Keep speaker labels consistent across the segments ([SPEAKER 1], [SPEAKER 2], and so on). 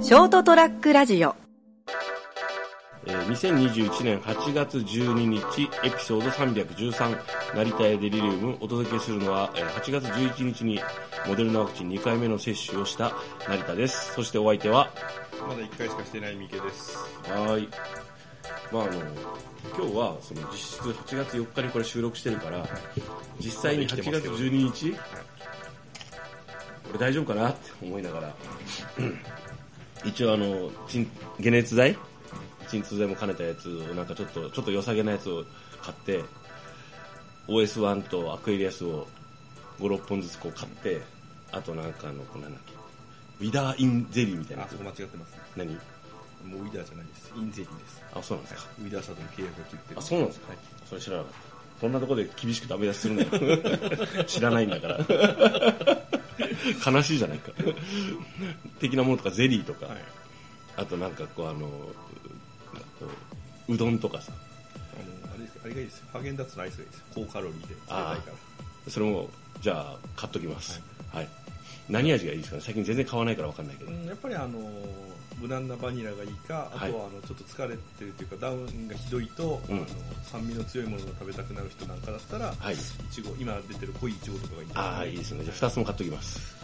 [SPEAKER 1] ショートトラックラジオ
[SPEAKER 2] えー2021年8月12日エピソード313成田エデリリウムお届けするのは、えー8月11日にモデルナワクチン2回目の接種をした成田ですそしてお相手は
[SPEAKER 3] まだ1回しかしてない三毛です。
[SPEAKER 2] はーいまああの今日はその実質8月4日にこれ収録してるから実際に8月12日俺大丈夫かなって思いながら一応あの鎮解熱剤鎮痛剤も兼ねたやつをなんかちょっとちょっと良さげなやつを買って OS1 とアクエリアスを56本ずつこう買ってあとなんかあのこうなんだっけウィダーインゼリーみたいな
[SPEAKER 3] あ
[SPEAKER 2] やつ
[SPEAKER 3] そこ間違ってますね。
[SPEAKER 2] 何
[SPEAKER 3] もうウィダーじゃないです。インゼリーです。
[SPEAKER 2] あそうなんですか
[SPEAKER 3] ウィダー社との契約を切ってる。
[SPEAKER 2] あ、そうなんですか、それ知らなかった。そんなところで厳しくダメ出しするのよ。知らないんだから。悲しいじゃないか。的なものとか、ゼリーとか、
[SPEAKER 3] はい。
[SPEAKER 2] あとなんかこう、あの、なんかこう、うどんとかさ、
[SPEAKER 3] あの、あれですあれがいいですよ。ハーゲンダッツのアイスがいいですよ。高カロリーで。
[SPEAKER 2] あー
[SPEAKER 3] 冷たいか
[SPEAKER 2] それも、じゃあ、買っときます。はい。何味がいいですかね最近全然買わないからわかんないけど
[SPEAKER 3] ら。うん、やっぱりあの、無難なバニラがいいか、あとはあの、ちょっと疲れてるというか、ダウンがひどいと、
[SPEAKER 2] うん
[SPEAKER 3] あの酸味の強いものが食べたくなる人なんかだったら、
[SPEAKER 2] はい
[SPEAKER 3] いちご、今出てる濃いいちごとかがいいんじゃ
[SPEAKER 2] ああ、
[SPEAKER 3] ない
[SPEAKER 2] い
[SPEAKER 3] で
[SPEAKER 2] ですす
[SPEAKER 3] か
[SPEAKER 2] ね。じゃあ、2つも買っときます。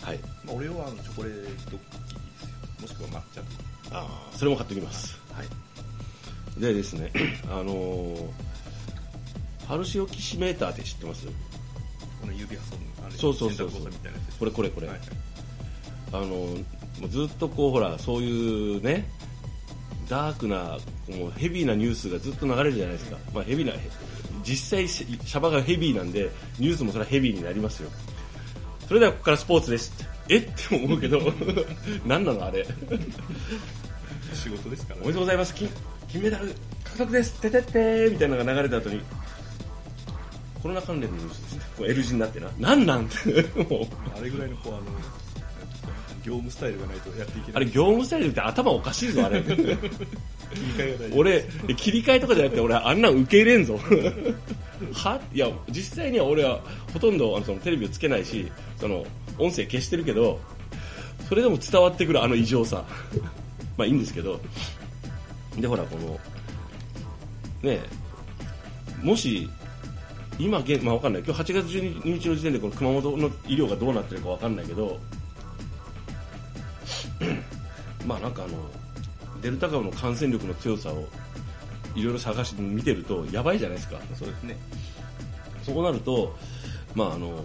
[SPEAKER 2] はい。
[SPEAKER 3] まあ、俺はあのチョコレートクッキーですよ。もしくは抹茶とか。
[SPEAKER 2] ああ、それも買ってきます。でですね、 あのーパルシオキシメーターって知ってます
[SPEAKER 3] この指挟む、あれ、
[SPEAKER 2] そうそうそう
[SPEAKER 3] 洗濯
[SPEAKER 2] そう
[SPEAKER 3] 槽みたいなやつでしょ
[SPEAKER 2] これこれこれ、
[SPEAKER 3] はいはい
[SPEAKER 2] あのもうずっとこうほらそういうねダークなもうヘビーなニュースがずっと流れるじゃないですか、まあ、ヘビーなへ実際シャバがヘビーなんでニュースもそれはヘビーになりますよそれではここからスポーツですってえって思うけど 何なのあれ
[SPEAKER 3] 仕事ですか
[SPEAKER 2] お
[SPEAKER 3] ら
[SPEAKER 2] めでとうございます金金メダル獲得ですててってーみたいなのが流れた後にコロナ関連のニュースですねこう L 字になってな何なん てもう
[SPEAKER 3] あれぐらいのこうあの業務スタイルがないとやっていけない
[SPEAKER 2] あれ業務スタイルって頭おかしいぞあれ
[SPEAKER 3] 切り替えが大事
[SPEAKER 2] 俺切り替えとかじゃなくて俺あんなの受け入れんぞ はいや実際には俺はほとんどあのそのテレビをつけないしその音声消してるけどそれでも伝わってくるあの異常さ まあいいんですけどでほらこのねえもし今現、まあ、わかんない今日8月12日の時点でこの熊本の医療がどうなってるかわかんないけど まあなんかあのデルタ株の感染力の強さをいろいろ探して見てるとやばいじゃないですか
[SPEAKER 3] そうですね
[SPEAKER 2] そうなると、まあ、あの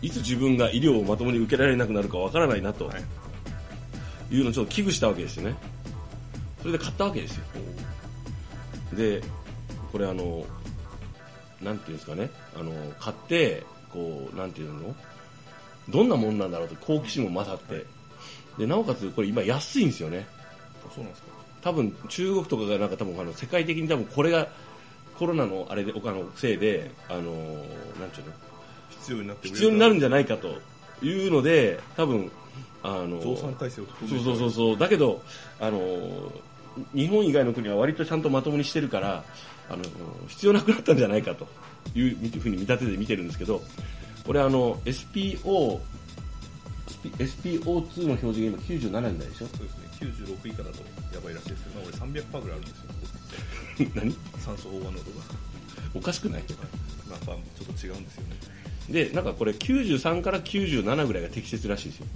[SPEAKER 2] いつ自分が医療をまともに受けられなくなるかわからないなと
[SPEAKER 3] はい
[SPEAKER 2] いうのをちょっと危惧したわけですよねそれで買ったわけですよでこれあのなんていうんですかねあの買ってこうなんていうのどんなもんなんだろうと好奇心も勝ってでなおかつこれ今安いんですよね
[SPEAKER 3] そうなんですか
[SPEAKER 2] 多分中国とかがなんか多分あの世界的に多分これがコロナのあれでおあのせいであのなんちゅうの
[SPEAKER 3] 必要になって
[SPEAKER 2] 必要になるんじゃないかというので多分あの
[SPEAKER 3] 増産体制を整え
[SPEAKER 2] そう
[SPEAKER 3] て
[SPEAKER 2] そうそうそうだけどあの日本以外の国は割とちゃんとまともにしてるからあの必要なくなったんじゃないかというみふうに見立てて見てるんですけどこれあの SPO SP SPO2 の表示が今97円台でしょ
[SPEAKER 3] そうですね96以下だとやばいらしいですけど、まあ、俺300パーぐらいあるんですよ
[SPEAKER 2] 何
[SPEAKER 3] 酸素飽和濃度が、
[SPEAKER 2] おかしくない
[SPEAKER 3] まあ、まあちょっと違うんですよね
[SPEAKER 2] でなんかこれ93から97ぐらいが適切らしいですよ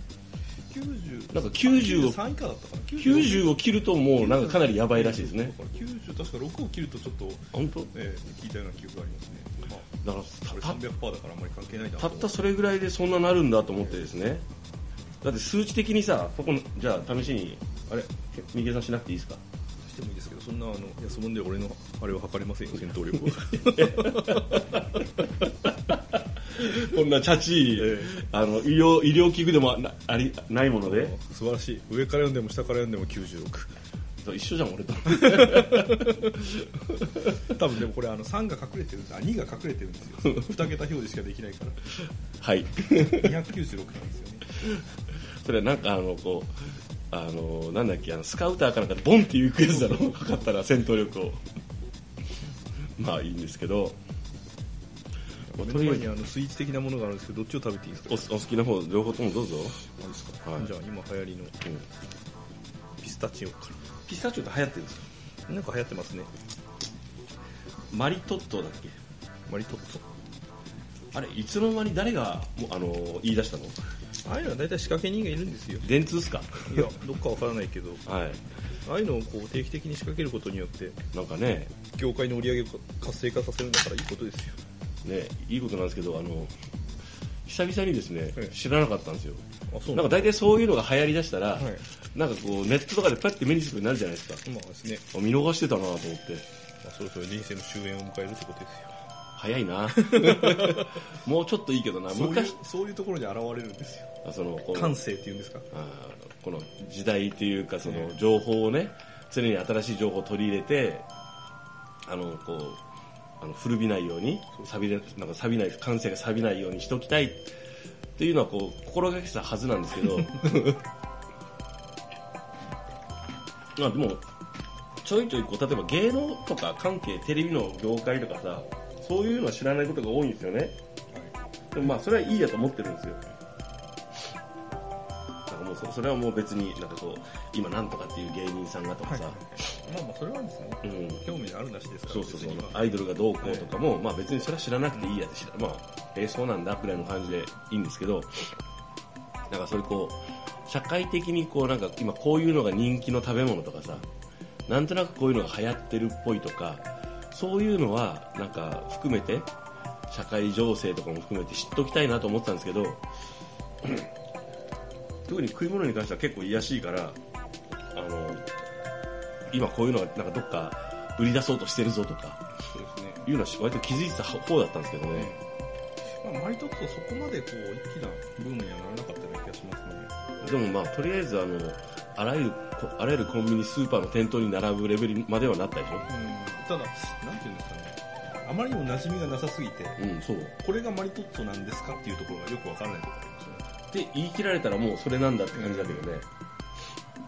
[SPEAKER 3] 90
[SPEAKER 2] なんか90を
[SPEAKER 3] 3以下だったかな
[SPEAKER 2] 90を切るともうなんかかなりやばいらしいですね
[SPEAKER 3] 90確か6を切るとちょっと、
[SPEAKER 2] 本当
[SPEAKER 3] えー聞いたような記憶がありますね、まあ、
[SPEAKER 2] だか
[SPEAKER 3] 俺
[SPEAKER 2] らた
[SPEAKER 3] 300パーだからあんまり関係ないだ
[SPEAKER 2] た
[SPEAKER 3] ろう
[SPEAKER 2] っ
[SPEAKER 3] と
[SPEAKER 2] たそれぐらいでそんななるんだと思ってですねだって数値的にさここのじゃあ試しにあれ三毛さんしなくていいですか
[SPEAKER 3] してもいいですけどそんなあのいやそもんで俺のあれは測れませんよ戦闘力を
[SPEAKER 2] こんなチャチい、
[SPEAKER 3] ええ
[SPEAKER 2] あの医療医療器具でもなありないもので
[SPEAKER 3] 素晴らしい上から読んでも下から読んでも96
[SPEAKER 2] そう一緒じゃん俺と
[SPEAKER 3] 多分でもこれあの3が隠れてるんですあ2が隠れてるんですよ2桁表示しかできないから
[SPEAKER 2] はい
[SPEAKER 3] 296なんですよね
[SPEAKER 2] それはなんかあのこうあのなんだっけあのスカウターかなんかでボンっていうクイズだろ測ったら戦闘力をまあいいんですけどまあ
[SPEAKER 3] 目
[SPEAKER 2] と
[SPEAKER 3] の
[SPEAKER 2] りあ
[SPEAKER 3] 前
[SPEAKER 2] え
[SPEAKER 3] に
[SPEAKER 2] ず
[SPEAKER 3] あのスイーツ的なものがあるんですけどどっちを食べていいですか
[SPEAKER 2] おお好きな方両方ともどうぞ
[SPEAKER 3] あいいですか、
[SPEAKER 2] はい
[SPEAKER 3] じゃあ今流行りの
[SPEAKER 2] うん
[SPEAKER 3] スタチオからピスタチオって流行ってるんですかなんか流行ってますね
[SPEAKER 2] マリトットだっけ
[SPEAKER 3] マリトッツ
[SPEAKER 2] あれいつの間に誰がもうあの言い出したの
[SPEAKER 3] ォああいうのは大体仕掛け人がいるんですよ
[SPEAKER 2] 電通っすか
[SPEAKER 3] いやどっかわからないけど
[SPEAKER 2] はい
[SPEAKER 3] ああいうのをこう定期的に仕掛けることによって
[SPEAKER 2] なんかね
[SPEAKER 3] 業界の売り上げを活性化させるんだからいいことですよ
[SPEAKER 2] ねいいことなんですけどあの久々にですね、
[SPEAKER 3] はい
[SPEAKER 2] 知らなかったんですよ
[SPEAKER 3] あそ
[SPEAKER 2] な
[SPEAKER 3] う
[SPEAKER 2] ん
[SPEAKER 3] な
[SPEAKER 2] か
[SPEAKER 3] んだ
[SPEAKER 2] 大体そういうのが流行りだしたら、
[SPEAKER 3] はい
[SPEAKER 2] なんかこうネットとかでパッて目につくようになるじゃないですか
[SPEAKER 3] まあですね、
[SPEAKER 2] あ見逃してたなと思って
[SPEAKER 3] まあ、そろそろ人生の終焉を迎えるってことですよ
[SPEAKER 2] 早い なもうちょっといいけどな
[SPEAKER 3] そういう
[SPEAKER 2] 昔
[SPEAKER 3] そういうところに現れるんですよ
[SPEAKER 2] あそのこの
[SPEAKER 3] 感性っていうんですか
[SPEAKER 2] あーこの時代というかその情報をね常に新しい情報を取り入れてあのこうあの古びないように錆びれなんか錆びない感性が錆びないようにしておきたいっていうのはこう心がけてたはずなんですけどまあでもちょいちょいこう例えば芸能とか関係テレビの業界とかさそういうのは知らないことが多いんですよねでもまあそれはいいやと思ってるんですよなんかもうそそれはもう別になんかこう今なんとかっていう芸人さんがとかさ、
[SPEAKER 3] まあまあそれはですね
[SPEAKER 2] うん、
[SPEAKER 3] 興味あるなしですから
[SPEAKER 2] そうそうそう
[SPEAKER 3] 別にまあ
[SPEAKER 2] アイドルがどうこうとかも、まあ別にそれは知らなくていいやって知ら、まあ、えーそうなんだくらいの感じでいいんですけどなんかそれこう社会的にこうなんか今こういうのが人気の食べ物とかさなんとなくこういうのが流行ってるっぽいとかそういうのはなんか含めて社会情勢とかも含めて知っておきたいなと思ってたんですけど 特に食い物に関しては結構癒やしいからあの今こういうのはなんかどっか売り出そうとしてるぞとか
[SPEAKER 3] そうですね
[SPEAKER 2] いうのは割と気づいてた方だったんですけどね、
[SPEAKER 3] まあ、マリトッツォそこまでこう一気なブームにはならなかったような気がしますね。
[SPEAKER 2] でもまあとりあえずあのあらゆるこあらゆるコンビニスーパーの店頭に並ぶレベルまではなったでしょ
[SPEAKER 3] ただ、なんていうんですかね、あまりにも馴染みがなさすぎて、
[SPEAKER 2] うんそうっ
[SPEAKER 3] これがマリトッツォなんですかっていうところがよくわからないところがありますね。
[SPEAKER 2] て言い切られたらもうそれなんだって感じだけどね、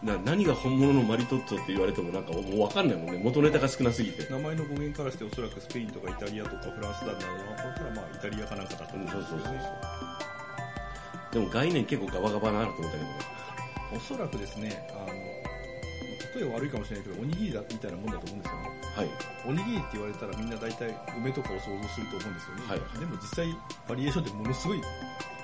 [SPEAKER 2] な何が本物のマリトッツォって言われてもなんかもう分かんないもんね元ネタが少なすぎて、
[SPEAKER 3] 名前の語源からしておそらくスペインとかイタリアとかフランスだなどなと思ったら、まあイタリアかなんかだったんでしょ
[SPEAKER 2] うんそうそうでも概念結構ガバガバだなと思ったけどね
[SPEAKER 3] おそらくですね、あの、例えば悪いかもしれないけど、おにぎりだみたいなもんだと思うんですよね。
[SPEAKER 2] はい
[SPEAKER 3] おにぎりって言われたらみんな大体梅とかを想像すると思うんですよね。
[SPEAKER 2] はい
[SPEAKER 3] でも実際、バリエーションってものすごい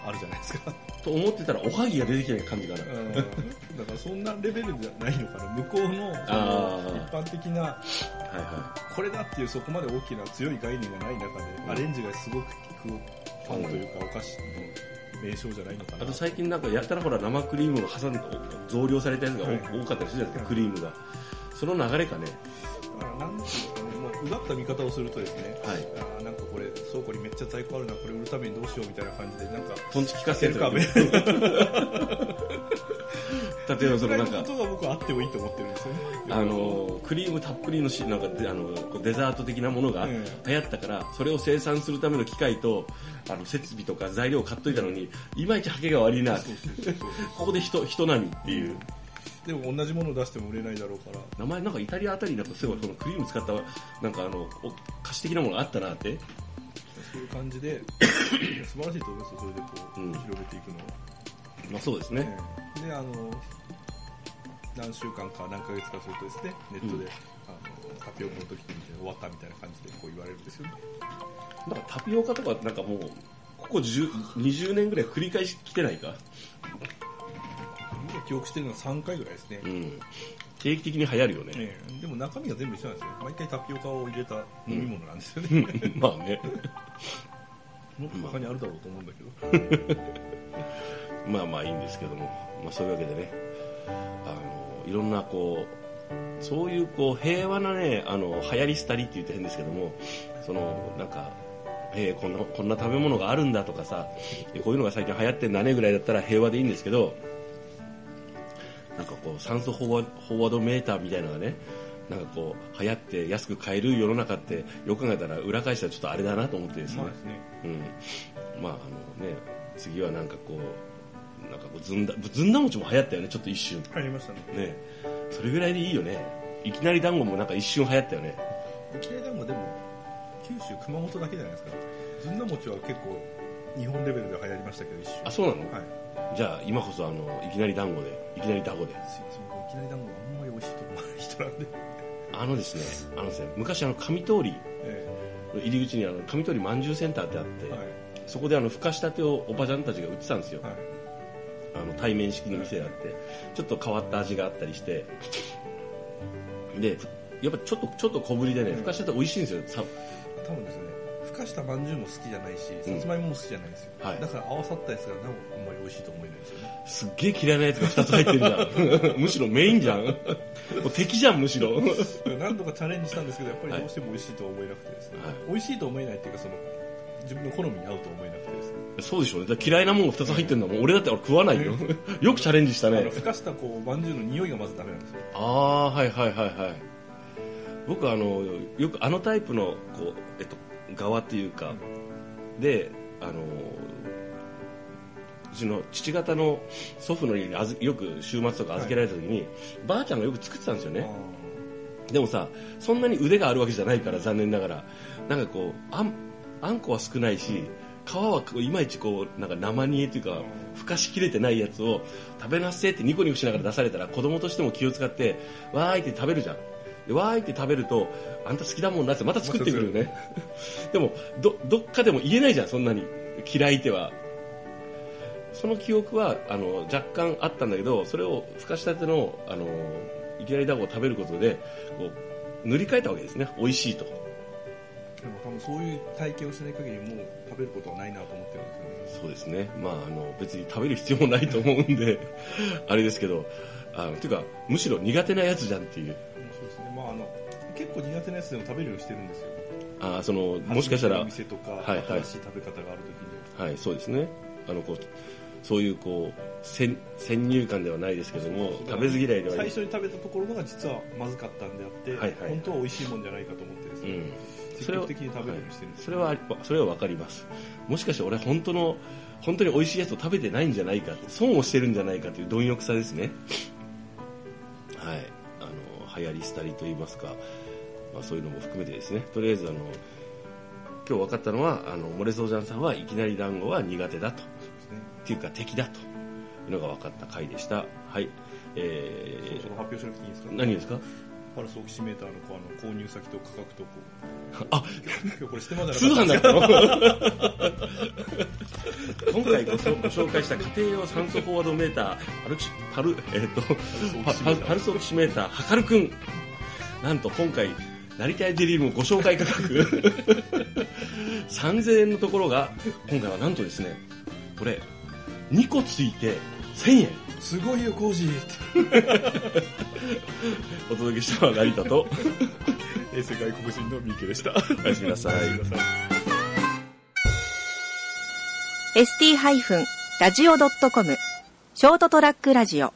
[SPEAKER 3] あるじゃないですか。
[SPEAKER 2] と思ってたらおはぎが出てきない感じがある
[SPEAKER 3] うんだからそんなレベルじゃないのかな向こうの
[SPEAKER 2] あー
[SPEAKER 3] 一般的な
[SPEAKER 2] はいは
[SPEAKER 3] これだっていうそこまで大きな強い概念がない中
[SPEAKER 2] うん
[SPEAKER 3] でアレンジがすごく効くパンというかお菓子の名称じゃないのか
[SPEAKER 2] いあ
[SPEAKER 3] な
[SPEAKER 2] と最近なんかやったらほら生クリームを挟んで増量されたやつが多多かったりするじゃないですか、
[SPEAKER 3] はい
[SPEAKER 2] クリームがその流れかね
[SPEAKER 3] だからなんていうんですかねもううがった見方をするとですね
[SPEAKER 2] はい
[SPEAKER 3] あーなんかこれ倉庫にめっちゃ在庫あるなこれ売るためにどうしようみたいな感じでなんか
[SPEAKER 2] トンチ聞かせるか
[SPEAKER 3] か
[SPEAKER 2] 例
[SPEAKER 3] みた いな
[SPEAKER 2] えばそのなんか
[SPEAKER 3] ことが僕はあってもいいと思ってるんですよね
[SPEAKER 2] あのクリームたっぷりのしなんかであのこうデザート的なものが
[SPEAKER 3] え
[SPEAKER 2] 流行ったからそれを生産するための機械とあの設備とか材料を買っといたのにいまいちハケが悪いな
[SPEAKER 3] そうそうそうそう
[SPEAKER 2] ここで人人並みっていう
[SPEAKER 3] でも同じものを出しても売れないだろうから
[SPEAKER 2] 名前なんかイタリアあたりなんかすごいそのクリーム使ったなんかあのお菓子的なものがあったなって
[SPEAKER 3] そういう感じ で素晴らしいと思いますよそれでこう、
[SPEAKER 2] うん
[SPEAKER 3] 広げていくのは、
[SPEAKER 2] まあそうですね
[SPEAKER 3] ええであの何週間か何ヶ月かするとですねネットで、
[SPEAKER 2] うん
[SPEAKER 3] あのタピオカの時みたいな終わったみたいな感じでこう言われるんですよね
[SPEAKER 2] なんかタピオカとかなんかもうここ10 20年ぐらい繰り返し来てないか
[SPEAKER 3] 僕が記憶してるのは3回ぐらいですね、
[SPEAKER 2] うん定期的に流行るよね
[SPEAKER 3] ええでも中身が全部一緒なんですよ毎回タピオカを入れた飲み物なんですよ ね、
[SPEAKER 2] まあね
[SPEAKER 3] もっと他にあるだろうと思うんだけど、
[SPEAKER 2] まあまあいいんですけども、まあ、そういうわけでねあのいろんなこうそういうこう平和なねあの流行り廃りって言って変ですけどもそのなんかえーこんなこんな食べ物があるんだとかさえこういうのが最近流行ってんだねぐらいだったら平和でいいんですけどなんかこう酸素飽和飽和度メーターみたいなのがねなんかこう流行って安く買える世の中ってよく考えたら裏返したらちょっとあれだなと思ってですね、
[SPEAKER 3] まあですね
[SPEAKER 2] うん、まああのね次はなんかこうなんかこうずんだずんだ餅も流行ったよねちょっと一瞬
[SPEAKER 3] 入りましたね
[SPEAKER 2] ねそれぐらいでいいよねいきなり団子もなんか一瞬流行ったよね
[SPEAKER 3] 沖縄でもでも九州熊本だけじゃないですかずんだ餅は結構日本レベルで流行りましたけど一瞬
[SPEAKER 2] あそうなの、
[SPEAKER 3] はい
[SPEAKER 2] じゃあ今こそあのいきなり団子でいきなり団子です
[SPEAKER 3] いません僕いきなり団子があんまり美味しいと思わない人なんで、
[SPEAKER 2] あのですねあのですね昔あの上通り
[SPEAKER 3] え
[SPEAKER 2] の入り口にあの上通りまんじゅうセンターってあって、
[SPEAKER 3] えはい
[SPEAKER 2] そこであのふかしたてをおばちゃんたちが売ってたんですよ、
[SPEAKER 3] はい
[SPEAKER 2] あの対面式の店があってちょっと変わった味があったりしてでやっぱちょっとちょっと小ぶりでね
[SPEAKER 3] うん
[SPEAKER 2] ふかしたて美味しいんですよさ
[SPEAKER 3] 多分ですねふかしたまんじゅうも好きじゃないし
[SPEAKER 2] うん
[SPEAKER 3] さつまいもも好きじゃないんですよ、
[SPEAKER 2] はい
[SPEAKER 3] だから合わさったやつがなおあんまり美味しいと思えないんですよね
[SPEAKER 2] すっげえ嫌いなやつが2つ入ってる じゃんむしろメインじゃんもう敵じゃんむしろ
[SPEAKER 3] だから何度かチャレンジしたんですけどやっぱり
[SPEAKER 2] はい
[SPEAKER 3] どうしても美味しいとは思えなくてですね、
[SPEAKER 2] はい
[SPEAKER 3] 美味しいと思えないっていうかその自分の好みに合うと思えなくてですね
[SPEAKER 2] そうでしょだって嫌いなもんが2つ入ってるんだもん俺だって俺食わないよよくチャレンジした
[SPEAKER 3] あ
[SPEAKER 2] ね
[SPEAKER 3] のふかしたこうまんじゅうの匂いがまずダメなんですよ
[SPEAKER 2] ああーはいはいはいはい僕あのよくあのタイプのこう、えっと、側っていうか、であのうちの父方の祖父の家にあずよく週末とか預けられた時に、ばあちゃんがよく作ってたんですよねでもさそんなに腕があるわけじゃないから残念ながらなんかこうあんあんこは少ないし皮はこういまいちこうなんか生煮えというかふかしきれてないやつを食べなせってニコニコしながら出されたら子供としても気を使ってわーいって食べるじゃんでわーいって食べるとあんた好きだもんなってまた作ってくるよね でもどどっかでも言えないじゃんそんなに嫌い手はその記憶はあの若干あったんだけどそれをふかしたてのあのいきなり団子を食べることでこう塗り替えたわけですね美味しいと
[SPEAKER 3] でも多分そういう体験をしない限りもう食べることはないなと思ってるんです
[SPEAKER 2] そうですねまああの別に食べる必要もないと思うんで あれですけどあのていうかむしろ苦手なやつじゃんっていう
[SPEAKER 3] よねそうですねまああの結構苦手なやつでも食べるようにしてるんですよ
[SPEAKER 2] あーそのもしかした
[SPEAKER 3] 初めてのお
[SPEAKER 2] ら
[SPEAKER 3] 店とか、
[SPEAKER 2] はいはい
[SPEAKER 3] 新しい食べ方がある時に
[SPEAKER 2] はいそうですねあのこうそういうこう先先入観ではないですけども食べず嫌いではない
[SPEAKER 3] 最初に食べたところのが実はまずかったんであって、
[SPEAKER 2] はいはい
[SPEAKER 3] 本当は美味しいもんじゃないかと思ってです
[SPEAKER 2] う
[SPEAKER 3] ね、
[SPEAKER 2] ん
[SPEAKER 3] 積極的に食べるようにしてるんです
[SPEAKER 2] それはありそれは分かりますもしかして俺本当の本当に美味しいやつを食べてないんじゃないか損をしてるんじゃないかという貪欲さですねはいあの流行り廃りといいますか、まあ、そういうのも含めてですねとりあえずあの今日分かったのはあのモレソージャンさんはいきなり団子は苦手だと
[SPEAKER 3] ね、
[SPEAKER 2] っていうか敵だというのが分かった回でしたはいえ
[SPEAKER 3] そろそ
[SPEAKER 2] ー
[SPEAKER 3] ろ発表しなくていいですか
[SPEAKER 2] 何ですか
[SPEAKER 3] パルスオキシメーターのこうあの購入先と価格とこう
[SPEAKER 2] あ
[SPEAKER 3] 今日これしてまだな
[SPEAKER 2] 通
[SPEAKER 3] かっ
[SPEAKER 2] 販だったの 今回ご紹介した家庭用酸素飽和度メーターパルチパル、えー、とパパパルスオキシメーターはかるくんなんと今回なりたいデリリウムご紹介価格 3000円のところが今回はなんとですねこれ2個ついて1000円
[SPEAKER 3] たすごいよコージーっ
[SPEAKER 2] お届けしたのは成田と
[SPEAKER 3] て衛生外国人のミケでした
[SPEAKER 2] おやすみなさい
[SPEAKER 3] 皆さん
[SPEAKER 1] ST-radio.com ショートトラックラジオ